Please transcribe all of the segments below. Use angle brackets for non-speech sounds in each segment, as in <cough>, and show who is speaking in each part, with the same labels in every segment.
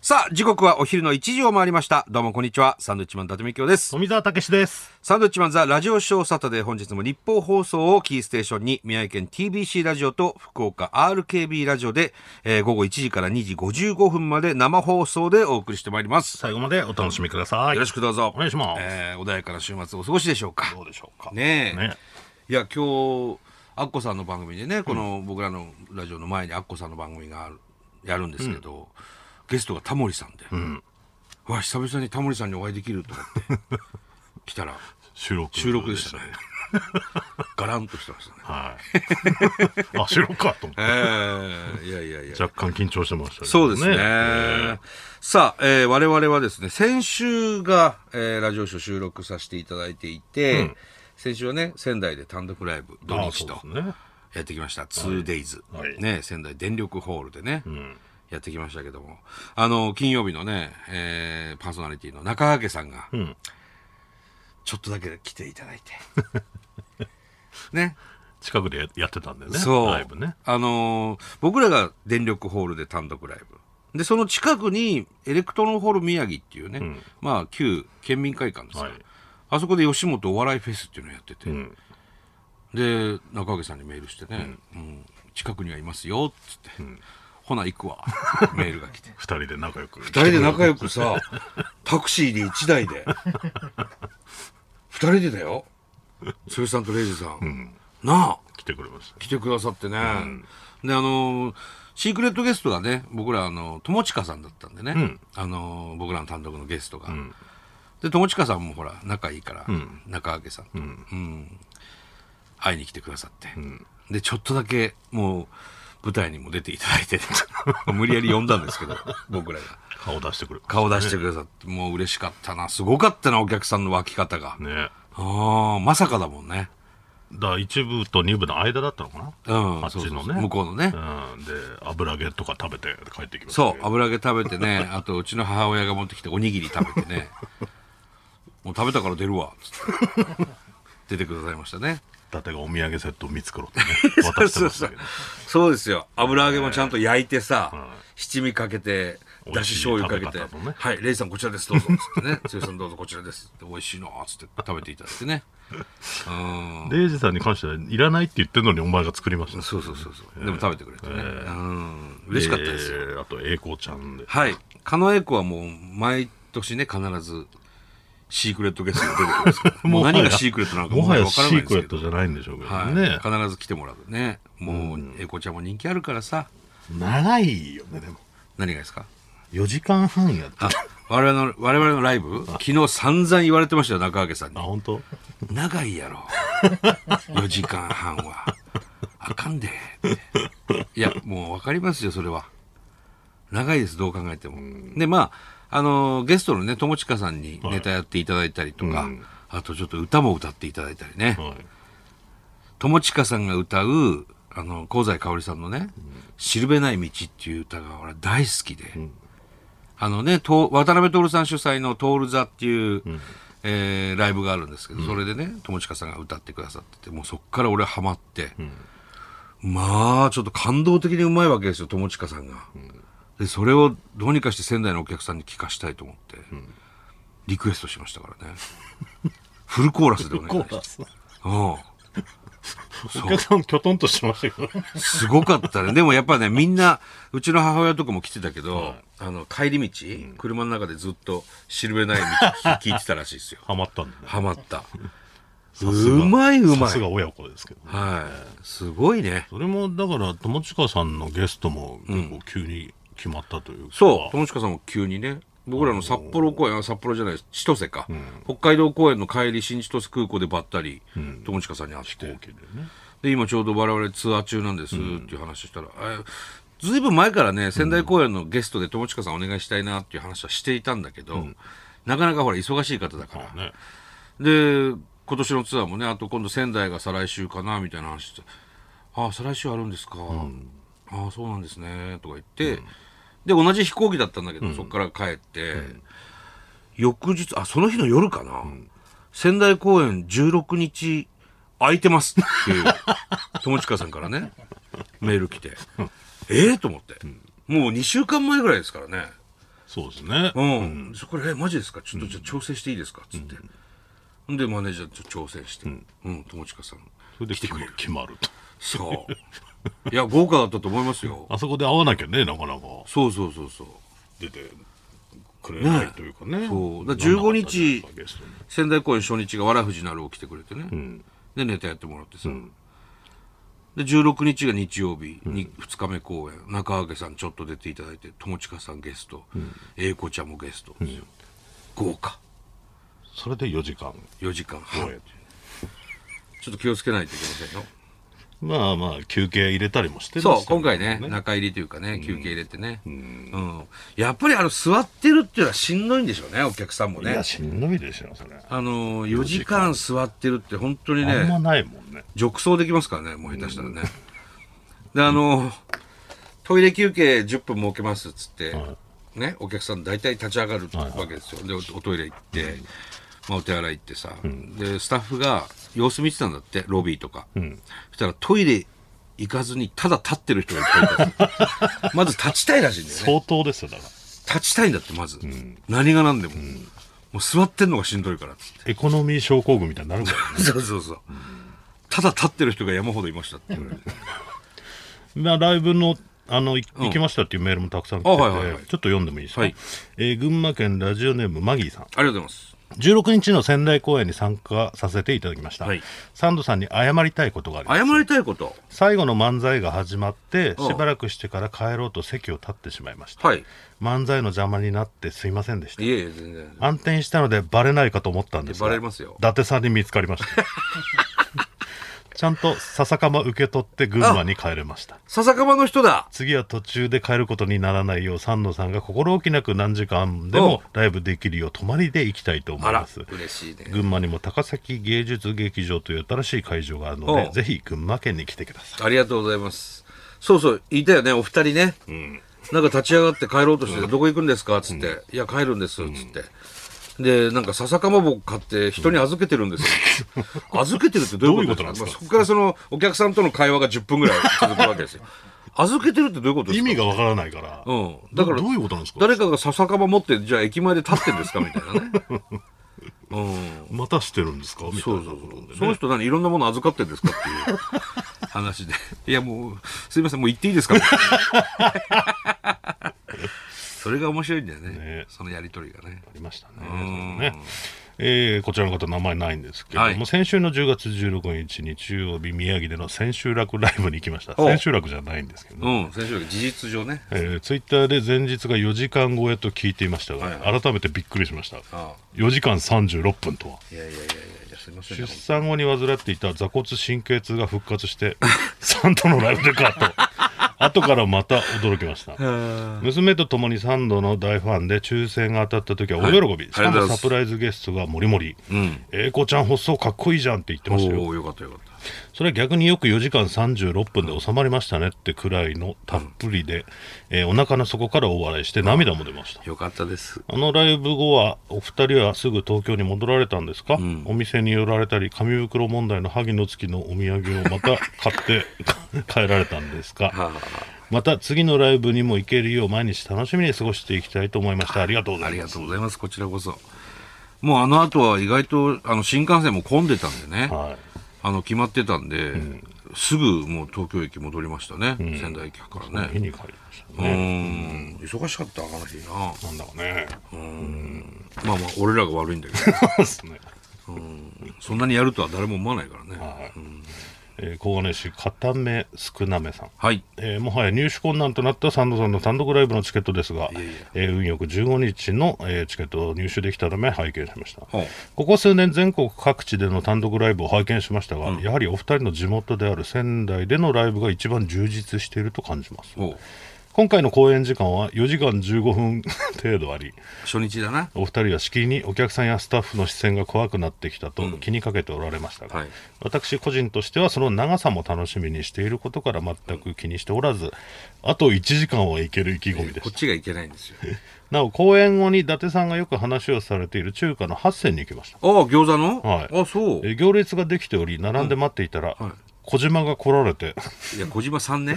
Speaker 1: さあ、時刻はお昼の1時を回りました。どうもこんにちは。サンドウィッチマン伊達美京です。
Speaker 2: 富澤たけしです。
Speaker 1: サンドウィッチマンザラジオショーサタデー本日も日報放送をキーステーションに宮城県 TBC ラジオと福岡 RKB ラジオで、えー、午後1時から2時55分まで生放送でお送りしてまいります。
Speaker 2: 最後までお楽しみください。
Speaker 1: よろしくどうぞ。
Speaker 2: お願いします。
Speaker 1: えー、穏やかな週末お過ごしでしょうか。
Speaker 2: どうでしょうか。
Speaker 1: ねえ。ねいや、今日、アッコさんの番組でね、この僕らのラジオの前にアッコさんの番組がやるんですけど、うんゲストがタモリさんで、うん、わ久々にタモリさんにお会いできると思って <laughs> 来たら
Speaker 2: 収録
Speaker 1: 収録でしたねガランとしてましたね
Speaker 2: は
Speaker 1: <laughs>
Speaker 2: いあ収録かと思って、え
Speaker 1: ー、いやいやいや
Speaker 2: 若干緊張してましたけど、ね、
Speaker 1: そうですね、えー、さあ、えー、我々はですね先週が、えー、ラジオショー収録させていただいていて、うん、先週はね仙台で単独ライブ土日とやってきました 2days、はいはい、ね仙台電力ホールでね、うんやってきましたけども、あの、金曜日のね、えー、パーソナリティの中掛さんが、うん、ちょっとだけ来ていただい <laughs> て、ね。
Speaker 2: 近くでやってたんだよね、
Speaker 1: そう
Speaker 2: ライブね。
Speaker 1: あのー、僕らが電力ホールで単独ライブ。で、その近くに、エレクトロンホール宮城っていうね、うん、まあ、旧県民会館ですから、はい、あそこで吉本お笑いフェスっていうのをやってて、うん、で、中掛さんにメールしてね、近くにはいますよ、っつって。ほな行 <laughs> くわ。メールが来て。
Speaker 2: 二人で仲良く。
Speaker 1: 二人で仲良くさ、タクシーで一台で。二人でだよ。鈴さんとレイジさん。うん、なあ。
Speaker 2: 来てくれました、ね。
Speaker 1: 来てくださってね。うん、で、あのー、シークレットゲストがね、僕ら、あの、友近さんだったんでね、うん、あのー、僕らの単独のゲストが。で、友近さんもほら、仲いいから、中明さんと、うん会いに来てくださって。で、ちょっとだけ、もう、舞台にも出ていただいて、 <laughs> 無理やり呼んだんですけど、僕らが。
Speaker 2: 顔出してくる、ね、
Speaker 1: 顔出してくださって、もう嬉しかったな。すごかったな、お客さんの湧き方が。
Speaker 2: ね
Speaker 1: ああ、まさかだもんね。
Speaker 2: だ一部と二部の間だったのか
Speaker 1: な、うん、
Speaker 2: あっちのねそうそう
Speaker 1: そう。向こうのね。、
Speaker 2: うん、で、油揚げとか食べて帰ってきました
Speaker 1: ね、そう、油揚げ食べてね、あとうちの母親が持ってきておにぎり食べてね、もう食べたから出るわ、つって。出てくださいましたね。
Speaker 2: 伊達がお土産セット見
Speaker 1: <laughs>
Speaker 2: 繕ってね渡してましたけど
Speaker 1: そうですよ油揚げもちゃんと焼いてさ、えー、七味かけてだし醤油かけて「ね、はいレイさんこちらですどうぞ」っつってね「剛さんどうぞこちらです」って「美味しいな」っつって食べていただいてね
Speaker 2: うんレイジさんに関してはいらないって言ってるのにお前が作りました、ね、
Speaker 1: そうそうそうそう、えー、でも食べてくれてね、えー、うん嬉しかったですよ、えー、
Speaker 2: あと栄光ちゃんで
Speaker 1: はい狩野英孝はもう毎年ね必ずシークレットゲストが出てくるんですけど、 <laughs> もう何がシークレットなのかもはやシ、
Speaker 2: ークレットじゃないんでしょうけどね。はい
Speaker 1: 必ず来てもらうね。もう、えこちゃんも人気あるからさ。
Speaker 2: 長いよね、でも。
Speaker 1: 何がですか
Speaker 2: ?4 時間半やって。
Speaker 1: 我々の、我々のライブ昨日散々言われてましたよ、中揚さんに。
Speaker 2: あ、本当？
Speaker 1: 長いや <laughs> ろ。4時間半は。あかんで。いや、もうわかりますよ、それは。長いです、どう考えても。で、まあ、あのゲストのね友近さんにネタやっていただいたりとか、はいうん、あとちょっと歌も歌っていただいたりね、はい、友近さんが歌うあの香西かおりさんのね「うん、しるべない道」っていう歌が俺大好きで、うん、あのね渡辺徹さん主催の「徹座」っていう、うん、えー、ライブがあるんですけど、それでね友近さんが歌ってくださっててもうそっから俺ハマって、まあちょっと感動的にうまいわけですよ友近さんが。でそれをどうにかして仙台のお客さんに聞かしたいと思って、うん、リクエストしましたからねフルコーラスでお願いしてお
Speaker 2: 客さんきょとんとしてましたけど
Speaker 1: すごかったね <laughs> でもやっぱねみんなうちの母親とかも来てたけど、はい、あの帰り道、うん、車の中でずっと「しるべない道」聞いてたらしいですよ
Speaker 2: ハマったんだ、ね、
Speaker 1: ハマったうまいうまい。
Speaker 2: さすが親子ですけど、ね、
Speaker 1: はい。すごいね。
Speaker 2: それも、だから、友近さんのゲストも結構急に決まったというか、うん、
Speaker 1: そう、友近さんも急にね。僕らの札幌公演、札幌じゃない千歳か、うん、北海道公演の帰り、新千歳空港でばったり、うん、友近さんに会って。
Speaker 2: で、ね、
Speaker 1: 今ちょうど我々ツアー中なんですっていう話したら、ずいぶん前からね、仙台公演のゲストで友近さんお願いしたいなっていう話はしていたんだけど、なかなかほら、忙しい方だから。ね、で、今年のツアーもねあと今度仙台が再来週かなみたいな話して「ああ再来週あるんですか、うん、ああそうなんですね」とか言って、うん、で同じ飛行機だったんだけど、うん、そこから帰って、翌日あその日の夜かな、仙台公演16日空いてますって <laughs> いう友近さんから <laughs> ねメール来てええと思って、もう2週間前ぐらいですからね
Speaker 2: そうですね。
Speaker 1: うん、そこれえマジですかちょっとじゃあ調整していいですか?」っつって、ほん、でマネージャーと調整して、うん友近さん
Speaker 2: それで決ま決まると。
Speaker 1: そう <laughs> いや豪華だったと思いますよ
Speaker 2: あそこで会わなきゃね、なかなか
Speaker 1: そうそうそうそう
Speaker 2: 出てくれないというかね。
Speaker 1: そうだ
Speaker 2: ならなかった
Speaker 1: 15日
Speaker 2: じゃないですかゲストに
Speaker 1: 仙台公演初日がわらふじなるを来てくれてね、
Speaker 2: ん
Speaker 1: でネタやってもらってさ、で16日が日曜日に2日目公演中揚さんちょっと出ていただいて友近さんゲスト英子、ちゃんもゲスト、豪華
Speaker 2: それで4時間
Speaker 1: 4時間
Speaker 2: 公
Speaker 1: 半、
Speaker 2: 演。
Speaker 1: ちょっと気をつけないといけませんよ
Speaker 2: まあまあ、休憩入れたりもして
Speaker 1: そう
Speaker 2: し、た
Speaker 1: 今
Speaker 2: けど
Speaker 1: 回ね、中入りというかね、休憩入れてね。うん。やっぱりあの、座ってるっていうのはしんどいんでしょうね、お客さんも
Speaker 2: い
Speaker 1: ね
Speaker 2: や、。しんどいでしょ、それ。
Speaker 1: あのー、4時間座ってるって本当に
Speaker 2: あん
Speaker 1: ね、
Speaker 2: まないもんね。
Speaker 1: 褥瘡できますからね、もう下手したらね。で、あのー、トイレ休憩10分設けますっつって、ね、お客さん大体立ち上がるわけですよ。で、おおトイレ行って、まあ、お手洗い行ってさ、で、スタッフが様子見てたんだって、ロビーとか。そしたらトイレ行かずに、ただ立ってる人がいっぱいい <laughs> た。まず立ちたいらしいんだよね。
Speaker 2: 相当ですよ、だから。
Speaker 1: 立ちたいんだって、まず。何が何でも。もう座ってんのがしんどいからっつって。
Speaker 2: エコノミー症候群みたいになるから
Speaker 1: <laughs>
Speaker 2: ね。
Speaker 1: そうそうそう。ただ立ってる人が山ほどいましたって言われて。
Speaker 2: まあ、ライブの、あの、い行きましたっていうメールもたくさん来て
Speaker 1: あ
Speaker 2: て、
Speaker 1: はいはいはい
Speaker 2: ちょっと読んでもいいですか、
Speaker 1: はい
Speaker 2: えー群馬県ラジオネームマギーさん。
Speaker 1: ありがとうございます。
Speaker 2: 16日の仙台公演に参加させていただきました。
Speaker 1: はい
Speaker 2: サンドさんに謝りたいことがあります。
Speaker 1: 謝りたいこと。
Speaker 2: 最後の漫才が始まって、
Speaker 1: うん
Speaker 2: しばらくしてから帰ろうと席を立ってしまいました。
Speaker 1: はい。
Speaker 2: 漫才の邪魔になってすいませんでした。
Speaker 1: いえいえ、全然。
Speaker 2: 暗転したのでバレないかと思ったんですが
Speaker 1: バレますよ
Speaker 2: 伊達さんに見つか
Speaker 1: <laughs>
Speaker 2: りましたちゃんと笹かま受け取って群馬に帰れました
Speaker 1: 笹かまの人だ
Speaker 2: 次は途中で帰ることにならないよう三野さんが心置きなく何時間でもライブできるよう泊まりで行きたいと思
Speaker 1: あ
Speaker 2: い
Speaker 1: ら
Speaker 2: ます、
Speaker 1: 嬉しいね。
Speaker 2: 群馬にも高崎芸術劇場という新しい会場があるの
Speaker 1: お
Speaker 2: で
Speaker 1: う
Speaker 2: ぜひ群馬県に来てください
Speaker 1: ありがとうございます。そうそう、いたよね、お二人ね。なんか立ち上がって帰ろうとして、どこ行くんですかつって、いや、帰るんです、つって。で、なんか笹かまぼ買って人に預けてるんですよ。預けてるってどういうこと
Speaker 2: どういうことなんですか
Speaker 1: まあそこからそのお客さんとの会話が10分ぐらい続くわけ <laughs> ですよ。預けてるってどういうことです
Speaker 2: 意
Speaker 1: か
Speaker 2: 味がわからないから、
Speaker 1: うん。だから
Speaker 2: どどういうことなんですか
Speaker 1: 誰かが笹かま持って、じゃあ駅前で立ってんですかみたい <laughs> なね。うん。
Speaker 2: またしてるんですかみたいな
Speaker 1: そうそうそ
Speaker 2: ことでね
Speaker 1: う。その人何いろんなもの預かってんですかっていう話 <laughs> で。いやもう、すいません、もう行っていいですか <laughs> それが面白いんだよね。
Speaker 2: ね
Speaker 1: そのやりとりがね。
Speaker 2: ありましたね。
Speaker 1: ん
Speaker 2: ねえーこちらの方名前ないんですけども、
Speaker 1: はい
Speaker 2: 先週の10月16日日曜日宮城での千秋楽ライブに行きました
Speaker 1: お
Speaker 2: 千秋楽じゃないんですけどね、
Speaker 1: うん、先週より事実上ね。
Speaker 2: えーツイッターで前日が4時間超えと聞いていましたが、
Speaker 1: はい
Speaker 2: 改めてびっくりしました
Speaker 1: あ
Speaker 2: 4時間36分とはい
Speaker 1: やいやいやいやいや、すいません
Speaker 2: 出
Speaker 1: ね。
Speaker 2: 産後に患っていた座骨神経痛が復活して
Speaker 1: <laughs>
Speaker 2: 3度のライブでかと後からまた驚きました娘と共に3度の大ファンで抽選が当たった時は大喜び、
Speaker 1: はい
Speaker 2: しか
Speaker 1: ありがとうござい
Speaker 2: も
Speaker 1: ます
Speaker 2: サプライズゲストがもりもり
Speaker 1: うん。
Speaker 2: 英子ちゃん発想かっこいいじゃんって言ってましたよ
Speaker 1: おおよかったよかった。
Speaker 2: それは逆によく4時間36分で収まりましたねってくらいのたっぷりで、えーお腹の底からお笑いして涙も出ました
Speaker 1: よかったです。
Speaker 2: あのライブ後はお二人はすぐ東京に戻られたんですか、お店に寄られたり紙袋問題の萩の月のお土産をまた買って <laughs> 帰られたんですか、
Speaker 1: は
Speaker 2: また次のライブにも行けるよう毎日楽しみに過ごしていきたいと思いましたありがとうご
Speaker 1: あ、
Speaker 2: ざ
Speaker 1: あ
Speaker 2: い
Speaker 1: り
Speaker 2: ま
Speaker 1: が
Speaker 2: す
Speaker 1: とうございます、こちらこそ。もうあの後は意外とあの新幹線も混んでたんでね。
Speaker 2: はい
Speaker 1: あの決まってたんで、すぐもう東京駅戻りましたね、仙台駅からね。
Speaker 2: 見に帰りました
Speaker 1: う
Speaker 2: ね、
Speaker 1: ん、忙しかった、あの日な。
Speaker 2: なんだかね
Speaker 1: まあまあ、俺らが悪いんだ <laughs> けど、
Speaker 2: そうです <laughs> ね
Speaker 1: そんなにやるとは誰も思わないからね。
Speaker 2: はいえー、小金井市片目少なめさん、
Speaker 1: はい、
Speaker 2: えーもはや入手困難となったサンドさんの単独ライブのチケットですが
Speaker 1: いやいや
Speaker 2: えー運よく15日の、えーチケットを入手できたため拝見しました
Speaker 1: ほう
Speaker 2: ここ数年全国各地での単独ライブを拝見しましたが、やはりお二人の地元である仙台でのライブが一番充実していると感じます
Speaker 1: おう
Speaker 2: 今回の公演時間は4時間15分程度あり
Speaker 1: 初日だな。
Speaker 2: お二人はしきりにお客さんやスタッフの視線が怖くなってきたと気にかけておられましたが、
Speaker 1: はい
Speaker 2: 私個人としてはその長さも楽しみにしていることから全く気にしておらずあと1時間はいける意気込みで
Speaker 1: こ
Speaker 2: し
Speaker 1: ったちがいけないんですよ。 <laughs>
Speaker 2: なお公演後に伊達さんがよく話をされている中華の八銭に行きました
Speaker 1: ああ、餃子の、
Speaker 2: はい
Speaker 1: あそう。
Speaker 2: え行列ができており並んで待っていたら、
Speaker 1: はい
Speaker 2: 小島が来られて <laughs>
Speaker 1: いや小島さ <laughs> んね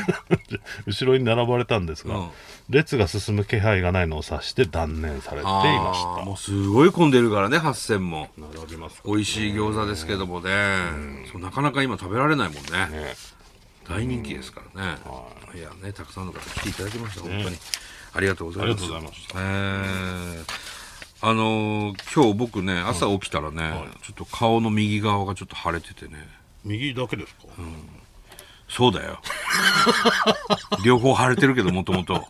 Speaker 2: 後ろに並ばれたんですが、
Speaker 1: うん
Speaker 2: 列が進む気配がないのを察して断念されていま
Speaker 1: あー
Speaker 2: し
Speaker 1: もうすごい混んでるからね8000も
Speaker 2: た並びます
Speaker 1: 美味しい餃子ですけどもね、そうなかなか今食べられないもんね
Speaker 2: ね
Speaker 1: 大人気ですからね、いやねたくさんの方来ていただきました本当に、ありがとうございます
Speaker 2: ありがとうございまし
Speaker 1: えーあのー今日僕ね朝起きたらね、ちょっと顔の右側がちょっと腫れててね
Speaker 2: 右だけですか、
Speaker 1: そうだよ両方腫れてるけどもともと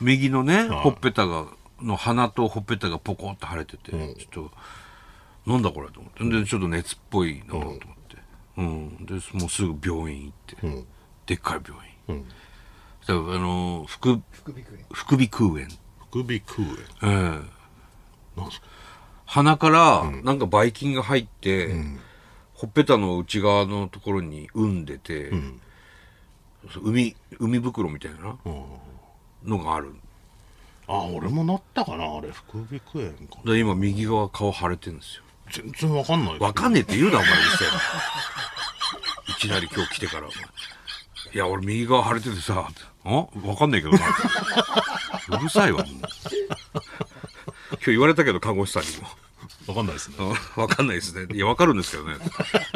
Speaker 1: 右のね、ほっぺたがの鼻とほっぺたがポコッと腫れてて、ちょっとなんだこれと思ってでちょっと熱っぽいなと思って、うんでもうすぐ病院行って、
Speaker 2: うん
Speaker 1: でっかい病院
Speaker 2: うん、
Speaker 1: そしたらあの副
Speaker 3: 副鼻腔炎
Speaker 1: 副鼻腔炎、
Speaker 2: 副鼻腔炎
Speaker 1: ええ
Speaker 2: なんですか
Speaker 1: 鼻からなんかばい菌が入って、ほっぺたの内側のところに産んでて、
Speaker 2: ん
Speaker 1: そう海海袋みたいなのがある
Speaker 2: あ俺もなったかなあれ副鼻腔炎かな
Speaker 1: で今右側顔腫れてるんですよ
Speaker 2: 全然わかんないです
Speaker 1: わかんねえって言うなお前うるせえないきなり今日来てからお前いや俺右側腫れててさってあわかんねえけどなってうるさいわもう今日言われたけど看護師さんにも
Speaker 2: わかんないですね
Speaker 1: わかんないですね。いや、わかるんですけどね。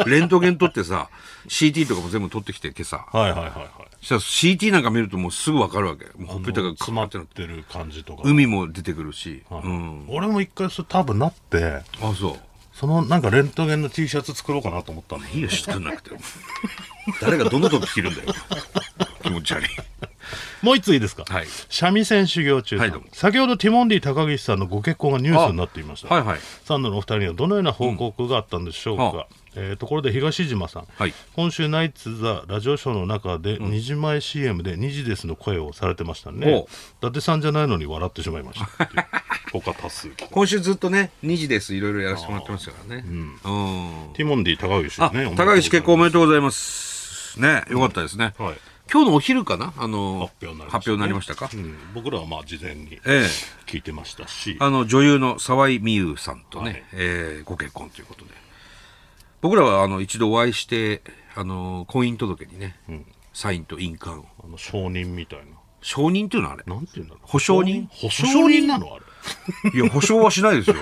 Speaker 1: レントゲン撮ってさ、CT とかも全部撮ってきて、今朝。
Speaker 2: はいはいはいはい
Speaker 1: そしたら CT なんか見るともうすぐわかるわけ。もうほっぺたが
Speaker 2: 詰まってなってる感じとか、
Speaker 1: 海も出てくるし。
Speaker 2: はい
Speaker 1: うん。
Speaker 2: 俺も一回それ多分なって
Speaker 1: あ、そ
Speaker 2: そのなんかレントゲンの T シャツ作ろうかなと思ったんだ
Speaker 1: う。いいよ、作んなくて。誰がどの時着るんだよ。気持ち悪い。
Speaker 2: もう一ついいですか
Speaker 1: はい
Speaker 2: 三味線修行中さん
Speaker 1: はいどうも
Speaker 2: 先ほどティモンディ高岸さんのご結婚がニュースになっていました、
Speaker 1: はいはい。
Speaker 2: サンドのお二人にはどのような報告があったんでしょう
Speaker 1: うんは
Speaker 2: か、えーところで東島さん、
Speaker 1: はい
Speaker 2: 今週ナイツ・ザ・ラジオショーの中で2時前 CM で「2時です」の声をされてましたね
Speaker 1: お
Speaker 2: 伊達さんじゃないのに笑ってしまいました
Speaker 1: <laughs>
Speaker 2: っていう他多数聞こ
Speaker 1: 今週ずっとね、2時です。いろいろやらせてもらってましたからね。うん
Speaker 2: え。ティモンディ高岸
Speaker 1: あ、
Speaker 2: ねおめでとうござい
Speaker 1: 高
Speaker 2: ます
Speaker 1: 岸結婚おめでとうございます。ね、よかったですね。
Speaker 2: はい
Speaker 1: 今日のお昼かなあの
Speaker 2: 発表になりましたね、
Speaker 1: 発表になりましたか
Speaker 2: うん僕らはまあ事前に
Speaker 1: ええ
Speaker 2: 聞いてましたし、
Speaker 1: あの女優の沢井美優さんとね、
Speaker 2: はい
Speaker 1: えーご結婚ということで僕らはあの一度お会いしてあの婚姻届にね、サインと印鑑を
Speaker 2: あの証人みたい
Speaker 1: 承認っていうのはあれ
Speaker 2: ななんていうんだろう
Speaker 1: 保証人
Speaker 2: 保証人なのあれ
Speaker 1: いや保証はしないですよ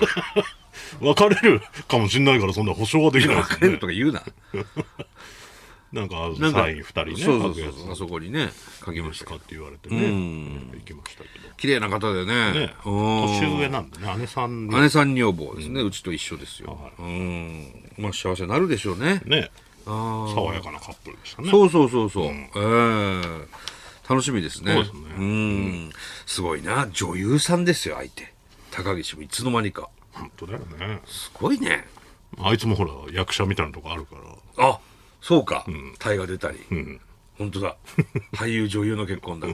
Speaker 2: 別れるかもしれないからそんな保証はできないです
Speaker 1: 帰
Speaker 2: よ
Speaker 1: る
Speaker 2: ね
Speaker 1: とか言うな
Speaker 2: なんか
Speaker 1: なんか
Speaker 2: サイン2人ね
Speaker 1: そうそうそ
Speaker 2: 書
Speaker 1: う
Speaker 2: く
Speaker 1: そ
Speaker 2: や
Speaker 1: うあそこにね書きま
Speaker 2: つ
Speaker 1: した
Speaker 2: か
Speaker 1: け
Speaker 2: っ
Speaker 1: ど
Speaker 2: て言われてね行きましたけ
Speaker 1: 綺麗な方でね
Speaker 2: どね
Speaker 1: うん
Speaker 2: 年上なんでね姉さんに
Speaker 1: 姉さん女房ですね、うちと一緒ですよ、
Speaker 2: は
Speaker 1: うんまあ幸せになるでしょうね
Speaker 2: ね
Speaker 1: ああ
Speaker 2: 爽やかなカップルでしたね
Speaker 1: そうそうそうそう。ええ楽しみですね。
Speaker 2: そうですね
Speaker 1: ん。すごいな。女優さんですよ、相手。高岸もいつの間にか。
Speaker 2: 本当だよね
Speaker 1: すごいね。
Speaker 2: あいつもほら役者みたいなとこあるから
Speaker 1: あ、そうか。タイが出たり。本当だ。俳優女優の結婚だ。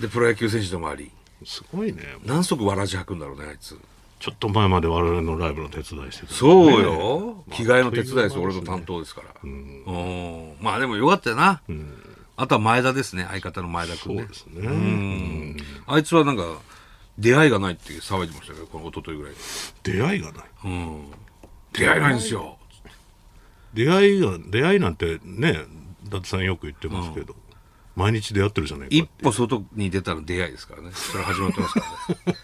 Speaker 1: で、プロ野球選手でもあり。
Speaker 2: すごいね
Speaker 1: 何足わらじ履くんだろうね、あいつ。
Speaker 2: ちょっと前まで我々のライブの手伝いしてた
Speaker 1: そうよ。着替えの手伝いですよ、
Speaker 2: まあ
Speaker 1: 俺の担当ですから。うん。まあでもよかったよな。あとは前田ですね、相方の前田
Speaker 2: そ
Speaker 1: 君
Speaker 2: う
Speaker 1: ね
Speaker 2: で。すねうん
Speaker 1: あいつはなんか出会いがないって騒いでましたけどこの一昨日ぐらい
Speaker 2: 出会いがない
Speaker 1: 出会いないんですよ
Speaker 2: 出会いが出会いなんてね伊達さんよく言ってますけど、毎日出会ってるじゃないか
Speaker 1: 一歩外に出たら出会いですからねそれ始まってますからね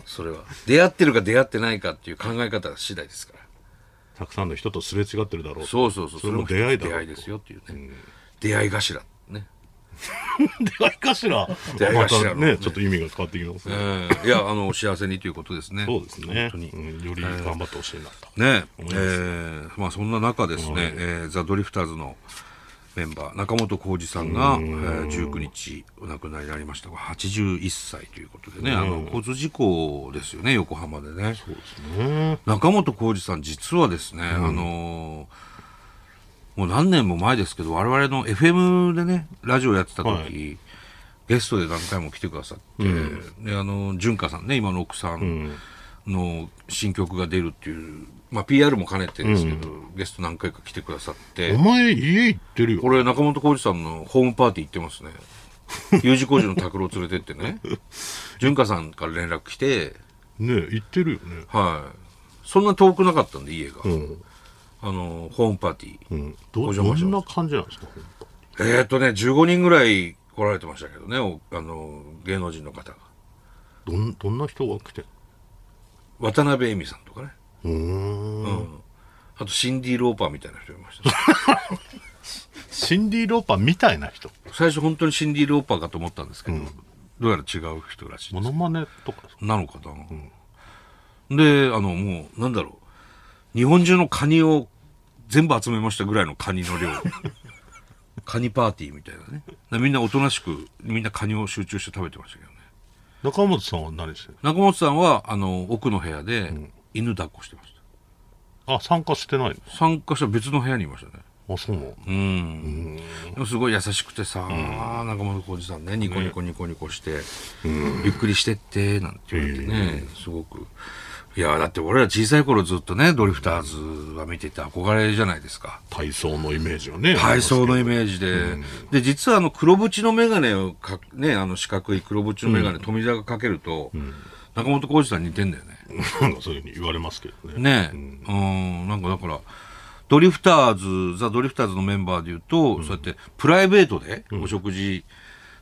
Speaker 1: <laughs> それは出会ってるか出会ってないかっていう考え方次第ですから
Speaker 2: たくさんの人とすれ違ってるだろう
Speaker 1: そうそうそう
Speaker 2: それも出会いだろうと
Speaker 1: 出会いですよっていうね、出会い頭ね、
Speaker 2: 出会いかしら
Speaker 1: 出会い
Speaker 2: ま
Speaker 1: かしたらの
Speaker 2: ね
Speaker 1: ね
Speaker 2: ちょっと意味が変わってきます
Speaker 1: え
Speaker 2: ね、
Speaker 1: ーいやあのお幸せにということですね
Speaker 2: そうですね
Speaker 1: 本当に、
Speaker 2: うんより頑張ってほしいなと、
Speaker 1: ねえ
Speaker 2: 思います
Speaker 1: ーまあそんな中ですね、えーザ・ドリフターズのメンバー中本浩二さんが、えー19日お亡くなりになりましたが81歳ということでね、あの交通事故ですよね横浜でね
Speaker 2: そうですね
Speaker 1: 中本浩二さん実はですね、あのーもう何年も前ですけど我々の FM でねラジオやってた時、
Speaker 2: は
Speaker 1: ゲストで何回も来てくださって、であの純歌さんね今の奥さん、
Speaker 2: うん
Speaker 1: の新曲が出るっていう、まあ、PR も兼ねてですけど、ゲスト何回か来てくださって
Speaker 2: お前家行ってるよ
Speaker 1: 俺中本浩二さんのホームパーティー行ってますね U 字工事の拓郎連れてって
Speaker 2: <laughs>
Speaker 1: ね純歌さんから連絡来て
Speaker 2: ね行ってるよね
Speaker 1: はいそんな遠くなかったんで家が、
Speaker 2: うん
Speaker 1: あのホームパーティー
Speaker 2: うん、ど
Speaker 1: お
Speaker 2: ど
Speaker 1: 邪魔し
Speaker 2: ん
Speaker 1: ま
Speaker 2: な感じなんですか
Speaker 1: えーっとね15人ぐらい来られてましたけどねおあの芸能人の方が
Speaker 2: どんどんな人が来て
Speaker 1: 渡辺恵美さんとかね、
Speaker 2: うーん
Speaker 1: うんあとシンディ・ローパーみたいな人いましたね
Speaker 2: シンディ・ローパーみたいな人
Speaker 1: 最初本当にシンディ・ローパーかと思ったんですけど、どうやら違う人らしい
Speaker 2: モ
Speaker 1: です
Speaker 2: ノマネとかですか
Speaker 1: なのかな、であのもうなんだろう日本中のカニを全部集めましたぐらいのカニ <laughs> の量カニパーティーみたいなねなみんなおとなしくみんなカニを集中して食べてましたけどね
Speaker 2: 中本さんは何してる
Speaker 1: 中本さんはあの奥の部屋で犬抱っこしてました、
Speaker 2: あ参加してないの
Speaker 1: 参加した別の部屋にいましたね
Speaker 2: あそうなの
Speaker 1: うんでもすごい優しくてさ、中本浩二さんねニコニコニコニコして、ゆっくりしてってなんて言われてね、すごくいやだって俺ら小さい頃ずっとねドリフターズは見てて憧れじゃないですか
Speaker 2: 体操のイメージがね
Speaker 1: 体操のイ
Speaker 2: メ
Speaker 1: メージで、で実はあの黒縁の眼鏡をかねあの四角い黒縁の眼鏡、富澤がかけると、中本浩二さんに似てんだよね
Speaker 2: ージなんかそういうふうに言われますけど
Speaker 1: ね
Speaker 2: ね
Speaker 1: うん、なんかだから、ドリフターズ、ザ・ドリフターズのメンバーでいうと、そうやってプライベートでお食事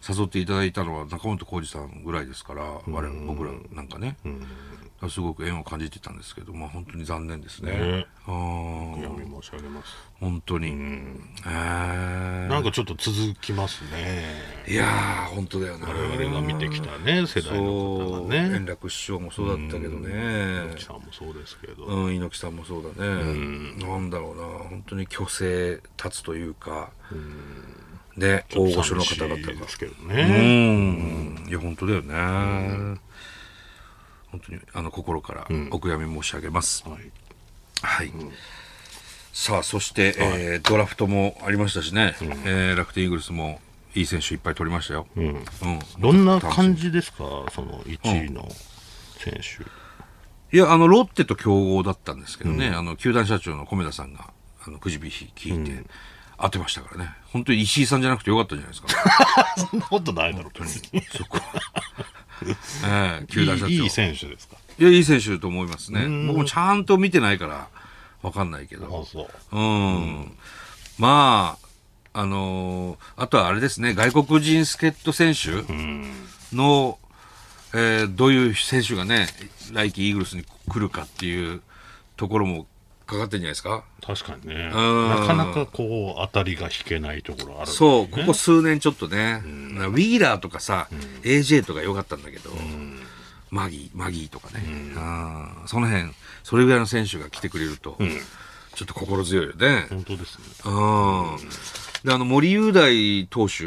Speaker 1: 誘っていただいたのは中本浩二さんぐらいですから、我々僕らなんかね、だからすごく縁を感じてたんですけど、まあ本当に残念ですね
Speaker 2: ね。
Speaker 1: あ
Speaker 2: お
Speaker 1: ー
Speaker 2: 悔やみ申し上げます
Speaker 1: 本当に。えー
Speaker 2: なんかちょっと続きますね
Speaker 1: いやー、本当だよな。
Speaker 2: 我々が見てきたね世代の
Speaker 1: そ
Speaker 2: 方
Speaker 1: う、
Speaker 2: が
Speaker 1: 円
Speaker 2: ね
Speaker 1: 楽師匠もそうだったけどね。
Speaker 2: ちゃんもそうですけど、
Speaker 1: うん、猪木さんもそうだね、なんだろうな本当に虚勢立つというか、ね
Speaker 2: ちょ
Speaker 1: 大
Speaker 2: っと
Speaker 1: 御所の方々
Speaker 2: 寂しい
Speaker 1: が
Speaker 2: ですけど
Speaker 1: う
Speaker 2: ね、
Speaker 1: ん、いや本当だよね、本当にあの心からお悔やみ申し上げます、
Speaker 2: はい
Speaker 1: はい、さあそして、えードラフトもありましたしね、えー楽天イーグルスもいい選手いっぱい取りましたよ、うん
Speaker 2: どんな感じですかその1位の選手、
Speaker 1: いや、あの、ロッテと競合だったんですけどね、あの、球団社長の米田さんが、あの、くじ引き聞いて、当てましたからね。本当に石井さんじゃなくてよかったんじゃないですか。
Speaker 2: そんなことないだろ別に <laughs>
Speaker 1: そこ <laughs> は。ええ球団社長。
Speaker 2: いいいい選手ですか
Speaker 1: いや、いい選手と思いますね。僕もちゃんと見てないから、わかんないけ
Speaker 2: あ
Speaker 1: ど。
Speaker 2: そう
Speaker 1: うん。まあ、あのーあとはあれですね、外国人助っ人選手の、えーどういう選手がね、来季イーグルスに来るかっていうところもかかってんじゃないですか。
Speaker 2: 確かにねな
Speaker 1: うん
Speaker 2: かなかこう当たりが引けないところあるんです
Speaker 1: そ
Speaker 2: よ
Speaker 1: う、
Speaker 2: ね
Speaker 1: ここ数年ちょっとね、なウィーラーとかさ、AJ とか良かったんだけど、マギー、マギーとかね、あーその辺、それぐらいの選手が来てくれると、ちょっと心強いよね。
Speaker 2: 本当ですね
Speaker 1: うんであの森雄大投手、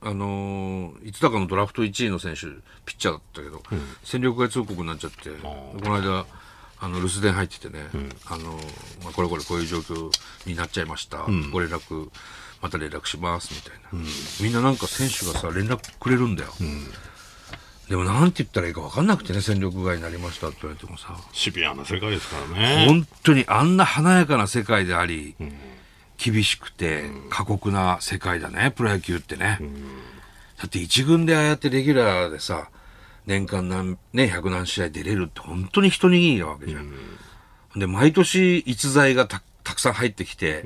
Speaker 1: あのーいつだかのドラフト1位の選手ピッチャーだったけど、戦力外通告になっちゃってこの間あの留守電入っててね、あのーまあ、これこれこういう状況になっちゃいました、ご連絡また連絡しますみたいな、みんななんか選手がさ連絡くれるんだよ、でもなんて言ったらいいか分かんなくてね戦力外になりましたって言われてもさ
Speaker 2: シビアな世界ですからね
Speaker 1: 本当にあんな華やかな世界であり、厳しくて過酷な世界だね、プロ野球ってね。だって一軍でああやってレギュラーでさ、年間何、ね、100何試合出れるって本当に人握りなわけじゃん。で、毎年逸材がたたくさん入ってきて、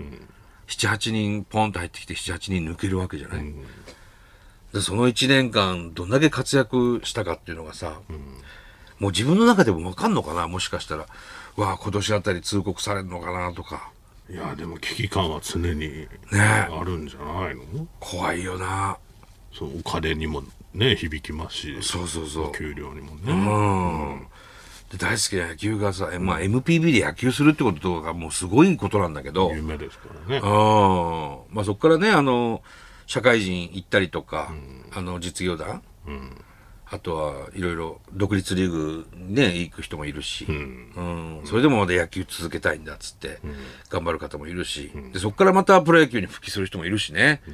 Speaker 1: 7、8人ポンと入ってきて、7、8人抜けるわけじゃない。でその1年間、どんだけ活躍したかっていうのがさ、もう自分の中でも分かんのかなもしかしたら。わあ、今年あたり通告されるのかなとか。
Speaker 2: いやでも危機感は常に
Speaker 1: ね
Speaker 2: あるんじゃないの
Speaker 1: 怖いよな。
Speaker 2: そうお金にもね響きますし
Speaker 1: そうそうそう。
Speaker 2: 給料にも
Speaker 1: う
Speaker 2: ね
Speaker 1: ん。で大好きな野球がさ、えまあ MPB で野球するってことがもうすごいことなんだけど、うん。
Speaker 2: 夢ですからね
Speaker 1: まあそこからね、あの、社会人行ったりとか、あの、実業団、あとはいろいろ独立リーグにね、行く人もいるし、
Speaker 2: うん
Speaker 1: うん、それでもまだ野球続けたいんだっつって、頑張る方もいるし、でそこからまたプロ野球に復帰する人もいるしね、だか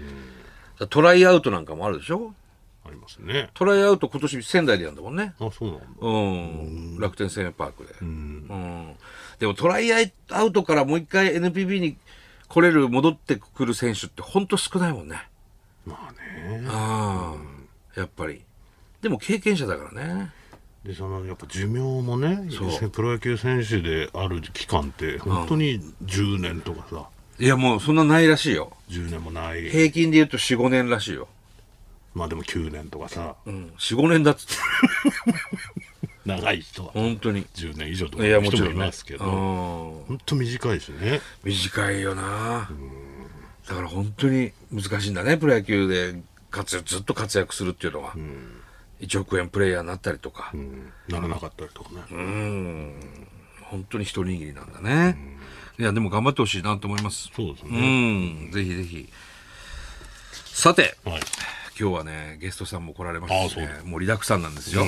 Speaker 1: らトライアウトなんかもあるでしょ
Speaker 2: ありますね
Speaker 1: トライアウト今年仙台でやんだもんね、
Speaker 2: あそうなんだ
Speaker 1: うん、楽天生命パークで、うんでもトライアウトからもう一回 NPB に来れる戻ってくる選手ってほんと少ないもんね
Speaker 2: まあね
Speaker 1: ああ、やっぱりでも経験者だからね
Speaker 2: でそのやっぱ寿命もね
Speaker 1: そう
Speaker 2: プロ野球選手である期間って本当に10年とかさ、
Speaker 1: いやもうそんなないらしいよ
Speaker 2: 10年もない
Speaker 1: 平均で言うと45年らしいよ、
Speaker 2: まあでも9年とかさ
Speaker 1: うん、45年だっつって
Speaker 2: 長い人は
Speaker 1: 本当に
Speaker 2: 10年以上と
Speaker 1: い
Speaker 2: かい
Speaker 1: や
Speaker 2: う
Speaker 1: も
Speaker 2: 人
Speaker 1: ち
Speaker 2: も
Speaker 1: ろ
Speaker 2: い
Speaker 1: んね
Speaker 2: ますけど、
Speaker 1: うん
Speaker 2: 本当短いしね
Speaker 1: 短いよなだから本当に難しいんだねプロ野球で活躍ずっと活躍するっていうのは、1億円プレイヤーになったりとか
Speaker 2: うんならなかったりとかね、
Speaker 1: うん本当に一握りなんだね、いやでも頑張ってほしいなと思います
Speaker 2: そうです
Speaker 1: う
Speaker 2: ね、
Speaker 1: んぜひぜひさて
Speaker 2: はい
Speaker 1: 今日はねゲストさんも来られましたしね
Speaker 2: あ
Speaker 1: もうリダクさんなんですよ、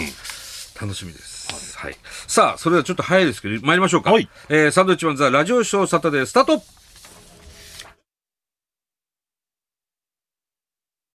Speaker 1: 楽しみです、はいさあそれではちょっと早いですけど参りましょうか、
Speaker 2: はい
Speaker 1: えーサンドウィッチマンザラジオショーサタデースタート